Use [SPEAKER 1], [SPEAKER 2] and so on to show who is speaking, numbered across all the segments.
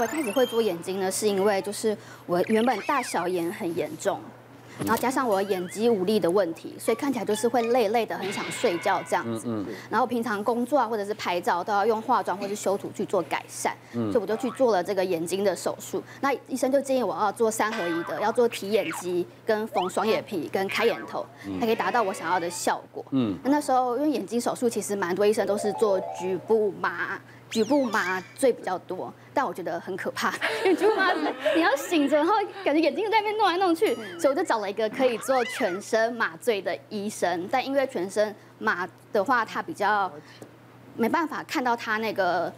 [SPEAKER 1] 会开始会做眼睛呢，是因为就是我原本大小眼很严重，然后加上我眼肌无力的问题，所以看起来就是会累累的，很想睡觉这样子。然后平常工作啊或者是拍照都要用化妆或是修图去做改善，所以我就去做了这个眼睛的手术。那医生就建议我要做三合一的，要做提眼肌、跟缝双眼皮、跟开眼头，才可以达到我想要的效果。嗯，那时候因为眼睛手术其实蛮多医生都是做局部麻。局部麻醉比较多，但我觉得很可怕，因为局部麻醉你要醒着，然后感觉眼睛在那边弄来弄去，所以我就找了一个可以做全身麻醉的医生，但因为全身麻的话，他比较。没办法看到他那个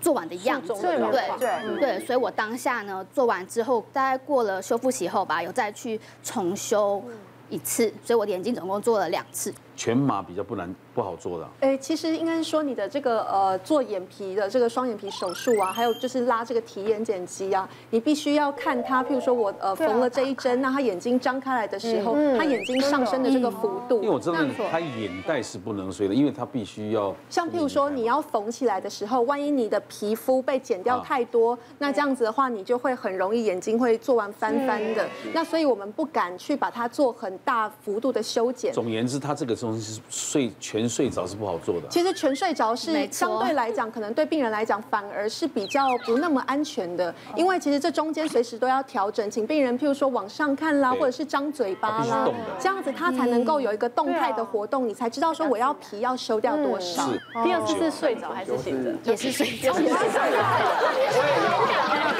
[SPEAKER 1] 做完的样子，
[SPEAKER 2] 嗯
[SPEAKER 1] 对
[SPEAKER 2] 对
[SPEAKER 1] 对对，所以我当下呢做完之后，大概过了修复期后吧，有再去重修一次，所以我的眼睛总共做了两次。
[SPEAKER 3] 全麻比较不难不好做的啊、
[SPEAKER 2] 哎，其实应该是说你的这个呃做眼皮的这个双眼皮手术啊，还有就是拉这个提眼睑肌啊，你必须要看他，譬如说我呃缝了这一针，那他眼睛张开来的时候，他眼睛上升的这个幅度，
[SPEAKER 3] 因为我知道
[SPEAKER 1] 没错
[SPEAKER 3] 他眼袋是不能睡的，因为他必须要
[SPEAKER 2] 像譬如说你要缝起来的时候，万一你的皮肤被剪
[SPEAKER 3] 啊
[SPEAKER 2] 掉太多，那这样子的话，你就会很容易眼睛会做完翻翻的。那所以我们不敢去把它做很大幅度的修剪。
[SPEAKER 3] 总言之，他这个东西是睡全睡着是不好做的啊、
[SPEAKER 2] 其实全睡着
[SPEAKER 1] 没
[SPEAKER 2] 是
[SPEAKER 1] 错
[SPEAKER 2] 相对来讲，可能对病人来讲反而是比较不那么安全的，因为其实这中间随时都要调整，请病人譬如说往上看啦，
[SPEAKER 3] 对
[SPEAKER 2] 或者是张嘴巴
[SPEAKER 3] 必须
[SPEAKER 2] 啦
[SPEAKER 3] 动的，
[SPEAKER 2] 这样子他才能够有一个动态的活动，你才知道说我要皮要修掉多少。
[SPEAKER 3] 是
[SPEAKER 4] 第二次是睡着还是醒着？
[SPEAKER 1] 也是睡觉，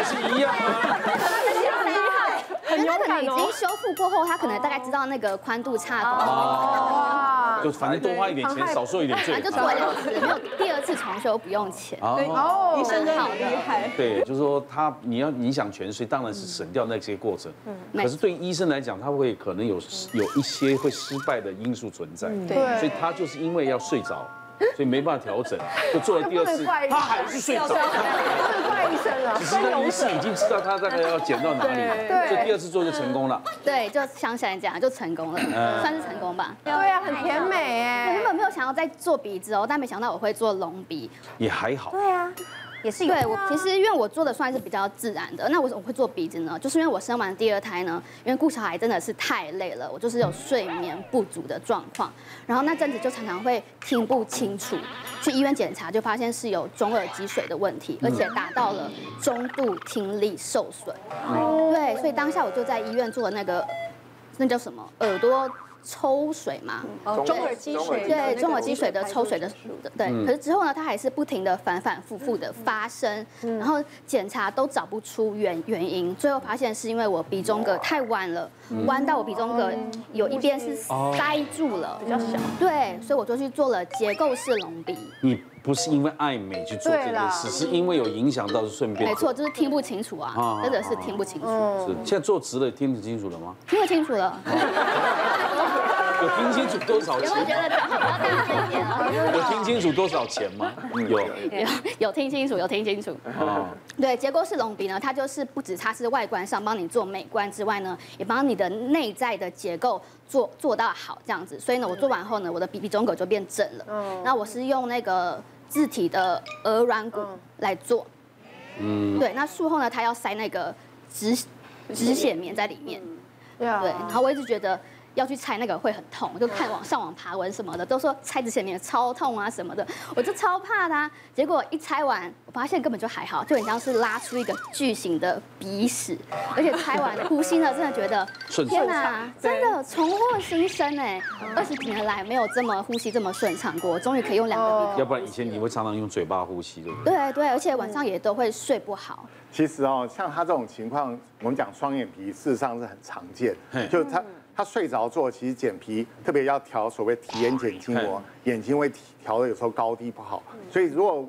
[SPEAKER 3] 是一样啊。
[SPEAKER 1] 很有可能已经修复过后，他可能大概知道那个宽度差多少，
[SPEAKER 3] 哦
[SPEAKER 2] 哦
[SPEAKER 3] 就反正多花一点钱，少受一点罪
[SPEAKER 1] 反。正就做了两次，没有第二次重修不用钱。
[SPEAKER 3] 哦，
[SPEAKER 4] 医生真的
[SPEAKER 1] 很厉
[SPEAKER 2] 啊
[SPEAKER 4] 害，
[SPEAKER 3] 对，就是说他你要你想全睡，当然是省掉那些过程。
[SPEAKER 1] 没
[SPEAKER 3] 可是对医生来讲，他会可能有有一些会失败的因素存在。
[SPEAKER 2] 对
[SPEAKER 3] 所以他就是因为要睡着，所以没办法调整，就做了第二次，
[SPEAKER 4] 怪
[SPEAKER 3] 他还是睡着。
[SPEAKER 4] 怪医生了
[SPEAKER 3] 只是那医师已经知道他大概要减到哪里，
[SPEAKER 4] 对
[SPEAKER 3] 所以第二次做就成功了。
[SPEAKER 1] 对，就像现在这样就成功了，
[SPEAKER 3] 嗯
[SPEAKER 1] 算是成功吧。
[SPEAKER 4] 对啊，很甜美
[SPEAKER 1] 我
[SPEAKER 4] 哎
[SPEAKER 1] 原。本没有想要再做鼻子哦，但没想到我会做隆鼻。
[SPEAKER 3] 也还好，
[SPEAKER 4] 对啊，也是有啊
[SPEAKER 1] 对我其实因为我做的算是比较自然的，那我怎么会做鼻子呢？就是因为我生完第二胎呢，因为顾小孩真的是太累了，我就是有睡眠不足的状况，然后那阵子就常常会听不清楚，去医院检查就发现是有中耳积水的问题，
[SPEAKER 4] 嗯
[SPEAKER 1] 而且达到了中度听力受损。
[SPEAKER 4] 哦
[SPEAKER 1] 对，所以当下我就在医院做了那个那叫什么耳朵抽水嘛，
[SPEAKER 4] 嗯
[SPEAKER 2] 呃中耳积水
[SPEAKER 1] 对，中耳积水的抽水的，对。可是之后呢，它还是不停的反反复复的发生，然后检查都找不出原原因，最后发现是因为我鼻中隔太弯了，弯到我鼻中隔有一边是塞住了，嗯比较小。对，所以我就去做了结构式隆鼻。
[SPEAKER 3] 你不是因为爱美去做这
[SPEAKER 4] 对
[SPEAKER 3] 件
[SPEAKER 4] 啦
[SPEAKER 3] 事，只是因为有影响到，就顺便
[SPEAKER 1] 没错，
[SPEAKER 3] 做
[SPEAKER 1] 就是听不清楚啊
[SPEAKER 3] 啊，
[SPEAKER 1] 真的是听不清楚，
[SPEAKER 3] 是现在做直了，听得清楚了吗？
[SPEAKER 1] 听得清楚了。
[SPEAKER 3] 有听清楚多少
[SPEAKER 1] 有没有觉
[SPEAKER 3] 钱？
[SPEAKER 1] 得讲话比较大声一点啊？
[SPEAKER 3] 有听清楚多少钱吗？有
[SPEAKER 1] 有有听清楚，有听清楚。
[SPEAKER 3] 啊，
[SPEAKER 1] 对，结构式隆鼻呢，它就是不止它是外观上帮你做美观之外呢，也帮你的内在的结构做做到好这样子。所以呢，我做完后呢，我的鼻鼻中隔就变正了。嗯，那我是用那个自体的鹅软骨来做。嗯，对，那术后呢，它要塞那个止止血棉在里面。
[SPEAKER 4] 对
[SPEAKER 1] 对，然后我一直觉得要去拆那个会很痛，就看网上网爬文什么的，都说拆之前面超痛啊什么的，我就超怕它、结果一拆完，我发现根本就还好，就很像是拉出一个巨型的鼻屎，而且拆完呼吸呢，真的觉得
[SPEAKER 3] 顺
[SPEAKER 1] 天
[SPEAKER 3] 畅
[SPEAKER 1] 哪，真的重获新生哎！二十几年来没有这么呼吸这么顺畅过，终于可以用两个鼻孔。
[SPEAKER 3] 要不然以前你会常常用嘴巴呼吸，对不对？
[SPEAKER 1] 对对，而且晚上也都会睡不好。
[SPEAKER 5] 其实哦，像他这种情况，我们讲双眼皮，事实上是很常见
[SPEAKER 3] 嘿。
[SPEAKER 5] 就他他睡着做，其实剪皮，特别要调所谓提眼睑筋膜，眼睛会提调的有时候高低不好。所以如果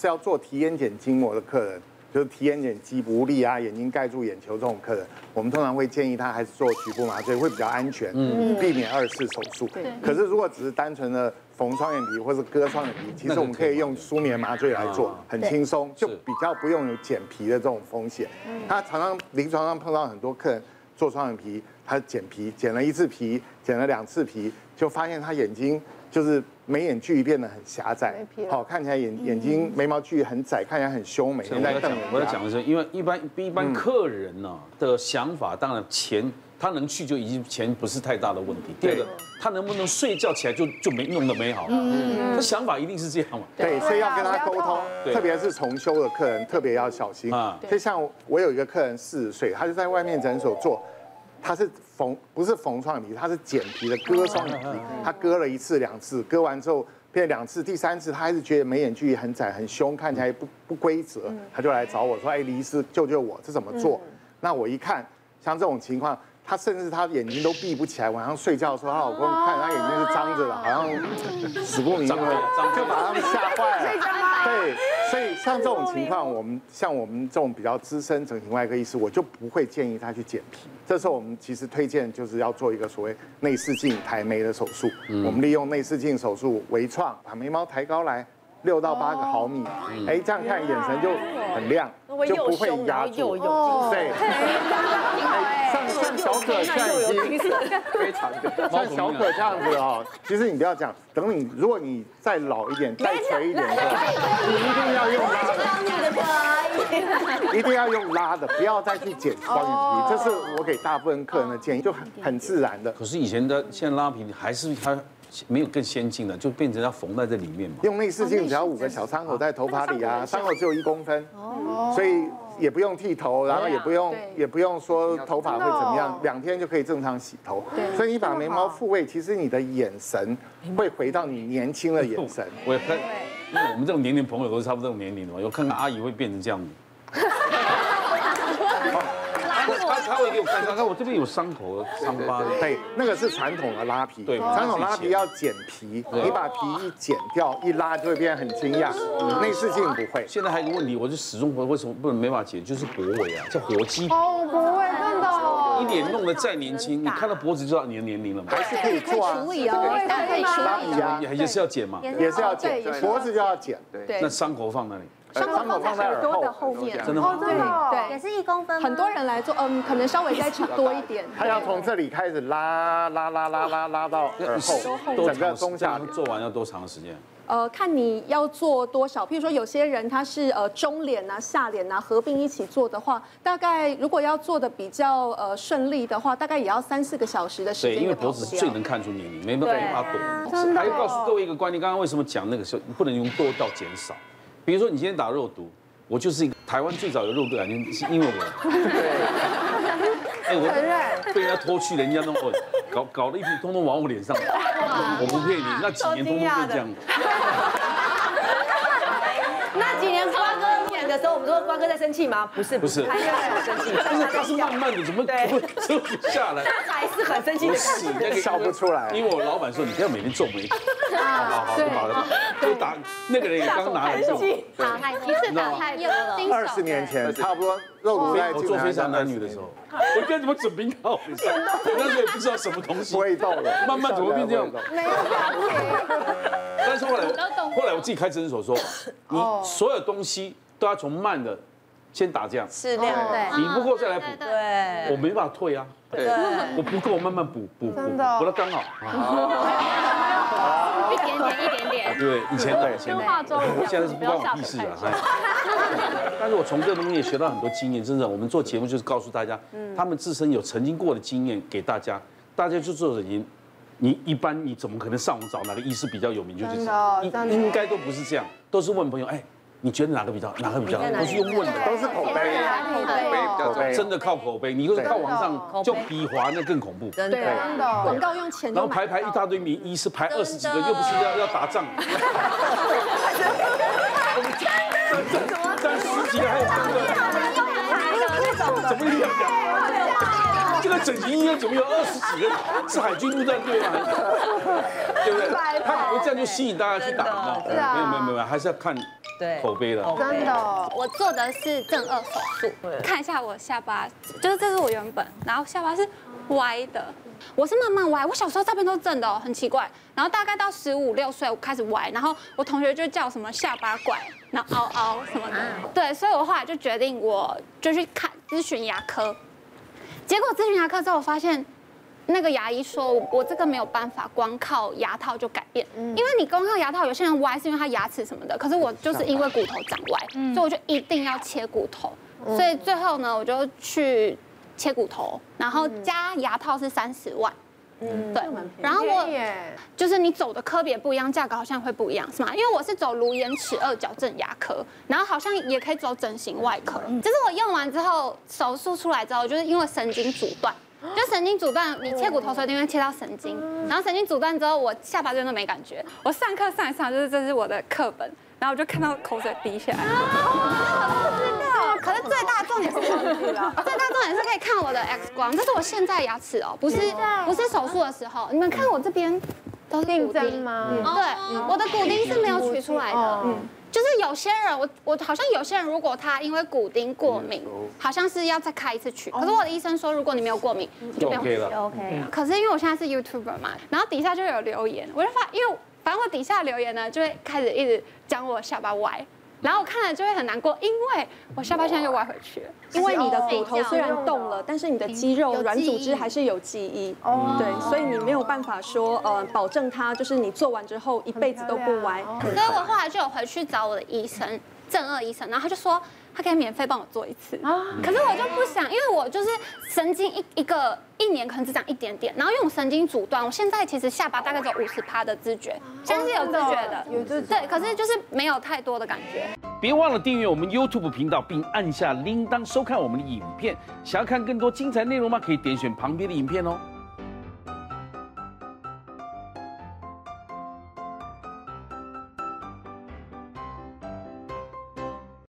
[SPEAKER 5] 是要做提眼睑筋膜的客人，就是提眼睑肌无力啊，眼睛盖住眼球这种客人，我们通常会建议他还是做局部麻醉会比较安全，避免二次手术。可是如果只是单纯的缝双眼皮或是割双眼皮，其实我们可以用舒眠麻醉来做，很轻松，就比较不用有剪皮的这种风险。
[SPEAKER 4] 嗯
[SPEAKER 5] 他常常临床上碰到很多客人做双眼皮，他剪皮，剪了一次皮，剪了两次皮，就发现他眼睛就是眉眼距离变得很狭窄
[SPEAKER 4] 没皮，了嗯
[SPEAKER 5] 好看起来眼眼睛眉毛距离很窄，看起来很凶，每
[SPEAKER 3] 我
[SPEAKER 5] 天在
[SPEAKER 3] 要
[SPEAKER 5] 瞪
[SPEAKER 3] 讲
[SPEAKER 5] 人，家
[SPEAKER 3] 我要讲的是，因为一般一般客人呢、的想法，当然钱他能去就已经钱不是太大的问题。第二个
[SPEAKER 5] 对，
[SPEAKER 3] 他能不能睡觉起来就就没弄得美好，
[SPEAKER 5] 嗯
[SPEAKER 3] 他想法一定是这样嘛。
[SPEAKER 5] 对，所以要跟他沟通
[SPEAKER 3] 对，
[SPEAKER 5] 特别是重修的客人特别要小心
[SPEAKER 3] 啊。
[SPEAKER 5] 就像我有一个客人四十岁，他就在外面诊所做，他是缝不是缝双眼皮，他是剪皮的割双眼皮，他割了一次两次，割完之后变两次，第三次他还是觉得眉眼距离很窄很凶，看起来不不规则，他就来找我说：“哎，李医师救救我，这怎么做？”那我一看，像这种情况。她甚至她眼睛都闭不起来，晚上睡觉的时候，她老公看她眼睛是张着的，好像死不瞑
[SPEAKER 3] 张
[SPEAKER 5] 目
[SPEAKER 3] 开，张开
[SPEAKER 5] 就把他们吓坏了。对，所以像这种情况，我们像我们这种比较资深整形外科医师，我就不会建议他去剪皮。这时候我们其实推荐就是要做一个所谓内视镜抬眉的手术。我们利用内视镜手术微创，把眉毛抬高来六到八个毫米，哎，这样看眼神就很亮，就不会压住。
[SPEAKER 4] 哦，
[SPEAKER 5] 对，像像小可现在已经
[SPEAKER 6] 非常的。
[SPEAKER 5] 像 小可这样子哦，其实你不要讲，等你如果你再老一点、再垂一点的话，你一定要用拉的， 一定要用拉的，不要再去剪双眼皮，这是我给大部分客人的建议，就很很自然的。
[SPEAKER 3] 可是以前的现在拉皮还是还没有更先进的，就变成要缝在这里面嘛。
[SPEAKER 5] 用内视镜只要五个小伤口在头发里啊，伤口只有一公分，所以也不用剃头，然后也不用
[SPEAKER 2] 对
[SPEAKER 5] 也不用说头发会怎么
[SPEAKER 4] 真的
[SPEAKER 5] 样
[SPEAKER 4] 哦，
[SPEAKER 5] 两天就可以正常洗头。所以你把眉毛复位，其实你的眼神会回到你年轻的眼神。
[SPEAKER 3] 我也看，因为我们这种年龄朋友都是差不多这种年龄的嘛，有看看阿姨会变成这样子。他他会给我看，他看我这边有伤口伤疤的。
[SPEAKER 5] 对，那个是传统的拉皮，
[SPEAKER 3] 对
[SPEAKER 5] 传统拉皮要剪皮，
[SPEAKER 3] 对
[SPEAKER 5] 你把皮一剪掉，一拉就会变得很惊讶。内视镜不会，
[SPEAKER 3] 现在还有一个问题，我就始终不为什么不能没法解决，就是脖围啊，叫活鸡，
[SPEAKER 4] 哦，不会，真的哦
[SPEAKER 3] 一，脸弄得再年轻，你看到脖子就知道你的年龄了嘛，
[SPEAKER 5] 还是可以做啊，
[SPEAKER 2] 处理哦，
[SPEAKER 4] 但可以处
[SPEAKER 5] 拉皮啊，
[SPEAKER 3] 也也是要剪嘛。
[SPEAKER 5] 也是要剪
[SPEAKER 2] 对也是要，剪
[SPEAKER 5] 脖子就要剪，
[SPEAKER 2] 对
[SPEAKER 3] 那伤口放哪里？
[SPEAKER 5] 伤
[SPEAKER 2] 伤口放在耳朵的后面，
[SPEAKER 3] 真的吗？
[SPEAKER 4] 真的哦，
[SPEAKER 2] 对
[SPEAKER 7] 也是一公分吗
[SPEAKER 2] 很多人来做，嗯，可能稍微再长多一点。
[SPEAKER 5] 他要从这里开始拉拉拉拉拉拉到耳后，
[SPEAKER 3] 多
[SPEAKER 5] 整个
[SPEAKER 3] 长
[SPEAKER 5] 中
[SPEAKER 3] 时
[SPEAKER 5] 下脸
[SPEAKER 3] 间？做完要多长时间？
[SPEAKER 2] 呃，看你要做多少。譬如说，有些人他是呃中脸啊、下脸啊合并一起做的话，大概如果要做的比较呃顺利的话，大概也要三四个啊小时的时
[SPEAKER 3] 对，
[SPEAKER 2] 间。
[SPEAKER 3] 因为脖子是最能看出年龄，没办没法躲。是还告诉各位一个观念，刚刚为什么讲那个时候不能用多到减少？比如说你今天打肉毒，我就是一个台湾最早有肉毒杆菌，是因为我。 哎，我被人家拖去，人家弄哦，搞搞了一批，通通往我脸上。我不骗你，那几年通通变这样。
[SPEAKER 8] 那几年瓜哥演的时候，我们说瓜哥在生气吗？不是，
[SPEAKER 3] 不是
[SPEAKER 8] 他应该很生气，
[SPEAKER 3] 但是它
[SPEAKER 8] 但
[SPEAKER 3] 是
[SPEAKER 8] 是
[SPEAKER 3] 慢慢的，怎么会这么下来？
[SPEAKER 8] 他还是很生气
[SPEAKER 3] 不
[SPEAKER 8] 的。
[SPEAKER 3] 是，人家给
[SPEAKER 5] 笑不出来
[SPEAKER 3] 因为我老板说你不要每天皱眉头，好好就把它就打那个人也刚拿来做，
[SPEAKER 7] 打太多，一次打太多了，
[SPEAKER 5] 二十年前差不多肉毒在
[SPEAKER 3] 我
[SPEAKER 5] 进
[SPEAKER 3] 哦做
[SPEAKER 5] 来
[SPEAKER 3] 非常男女的时候，我跟你们准备好，我 那时候也不知道什么东西
[SPEAKER 5] 不，会动了，
[SPEAKER 3] 慢慢怎么变这样
[SPEAKER 5] 不会动
[SPEAKER 4] 没有感觉，
[SPEAKER 3] 但是后来
[SPEAKER 7] 都动哦
[SPEAKER 3] 我
[SPEAKER 7] 不了
[SPEAKER 3] 后来我自己开诊 所说，你所有东西都要从慢的先打这样，
[SPEAKER 8] 适量，
[SPEAKER 4] 对
[SPEAKER 3] 你不够再来补，
[SPEAKER 7] 啊对，
[SPEAKER 3] 我没办法退啊，
[SPEAKER 6] 对，
[SPEAKER 3] 我不够我慢慢补补补，补
[SPEAKER 4] 真的哦
[SPEAKER 3] 到刚好。啊
[SPEAKER 7] 一点点一点点，
[SPEAKER 3] 对，以前的以前的，
[SPEAKER 7] 化妆一样
[SPEAKER 3] 现在是不关我屁事啊。哎但是我从这东西也学到很多经验，真的，我们做节目就是告诉大家，他们自身有曾经过的经验给大家，大家就做人。你一般你怎么可能上网找哪个医师比较有名就去
[SPEAKER 4] 真的
[SPEAKER 3] 找？
[SPEAKER 4] 哦
[SPEAKER 3] 应
[SPEAKER 4] 真的
[SPEAKER 3] 应该都不是这样，都是问朋友，哎，你觉得哪个比较哪个比较好？都是用问的，
[SPEAKER 5] 都是口碑，
[SPEAKER 4] 口
[SPEAKER 6] 口碑比较重
[SPEAKER 5] 口碑
[SPEAKER 3] 真的靠口碑。你就是靠网上
[SPEAKER 8] 口碑
[SPEAKER 3] 就比划，那更恐怖。
[SPEAKER 8] 真
[SPEAKER 2] 对
[SPEAKER 8] 的。
[SPEAKER 2] 啊
[SPEAKER 4] 真的哦
[SPEAKER 2] 广告用钱
[SPEAKER 3] 然
[SPEAKER 2] 都
[SPEAKER 3] 后
[SPEAKER 2] 买
[SPEAKER 3] 排
[SPEAKER 2] 不
[SPEAKER 3] 排
[SPEAKER 2] 到
[SPEAKER 3] 一大堆名医师，排二十几个，
[SPEAKER 8] 真的
[SPEAKER 3] 又不是要要打仗。站十几个还有真的，怎么一两两？这个整形医院怎么有二十几个是海军陆战队吗？对不对？他可能这样就吸引大家去打嘛。
[SPEAKER 8] 真
[SPEAKER 3] 没
[SPEAKER 4] 的啊
[SPEAKER 3] 有没有没有，还是要看
[SPEAKER 8] 对
[SPEAKER 3] 口碑的。
[SPEAKER 4] 真的哦，
[SPEAKER 7] 我做的是正颚手术，看一下我下巴，就是这是我原本，然后下巴是歪的，我是慢慢歪。我小时候照片都正的、哦，很奇怪。然后大概到十五六岁，我开始歪，然后我同学就叫什么下巴怪，然后凹凹什么的。对，所以我后来就决定，我就去看咨询牙科。结果咨询牙科之后，我发现那个牙医说，我这个没有办法光靠牙套就改变，因为你光靠牙套，有些人歪是因为他牙齿什么的，可是我就是因为骨头长歪，所以我就一定要切骨头，所以最后呢，我就去切骨头，然后加牙套是三十万，嗯，对，然后我
[SPEAKER 4] 便宜耶
[SPEAKER 7] 就是你走的科别不一样，价格好像会不一样，是吗？因为我是走颅延齿颚矫正牙科，然后好像也可以走整形外科。就是我用完之后，手术出来之后，就是因为神经阻断，就神经阻断，你切骨头的时候一定会切到神经，然后神经阻断之后，我下巴真的没感觉。我上课上一上，就是这是我的课本，然后我就看到口水滴下来。啊可是最大重点是什么？最大重点是可以看我的 X 光，这是我现在牙齿哦，不是不是手术的时候。你们看我这边都是
[SPEAKER 4] 竞
[SPEAKER 7] 骨钉
[SPEAKER 4] 争吗？
[SPEAKER 7] 对，我的骨钉是没有取出来的。
[SPEAKER 4] 嗯
[SPEAKER 7] 就是有些人，我我好像有些人，如果他因为骨钉过敏，好像是要再开一次取。可是我的医生说，如果你没有过敏，你
[SPEAKER 3] 就
[SPEAKER 7] 就不用
[SPEAKER 3] 哦 OK 了。
[SPEAKER 8] OK，
[SPEAKER 7] 可是因为我现在是 YouTuber 嘛，然后底下就有留言，我就发，因为反正我底下留言呢，就会开始一直讲我下巴歪，然后我看了就会很难过，因为我下巴现在又歪回去了。
[SPEAKER 2] 因为你的骨头虽然动了，但是你的肌肉
[SPEAKER 1] 有
[SPEAKER 2] 软组
[SPEAKER 1] 记忆
[SPEAKER 2] 织还是有记忆。对，所以你没有办法说呃保证它就是你做完之后一辈子都不歪。
[SPEAKER 7] 所以我后来就有回去找我的医生，正二医生，然后他就说他可以免费帮我做一次可是我就不想，因为我就是神经一一个一年可能只长一点点，然后因为我神经阻断，我现在其实下巴大概只有五十趴的知觉，现在是有知觉的，啊有知对，可是就是没有太多的感觉。
[SPEAKER 3] 别忘了订阅我们 YouTube 频道，并按下铃铛收看我们的影片。想要看更多精彩内容吗？可以点选旁边的影片哦。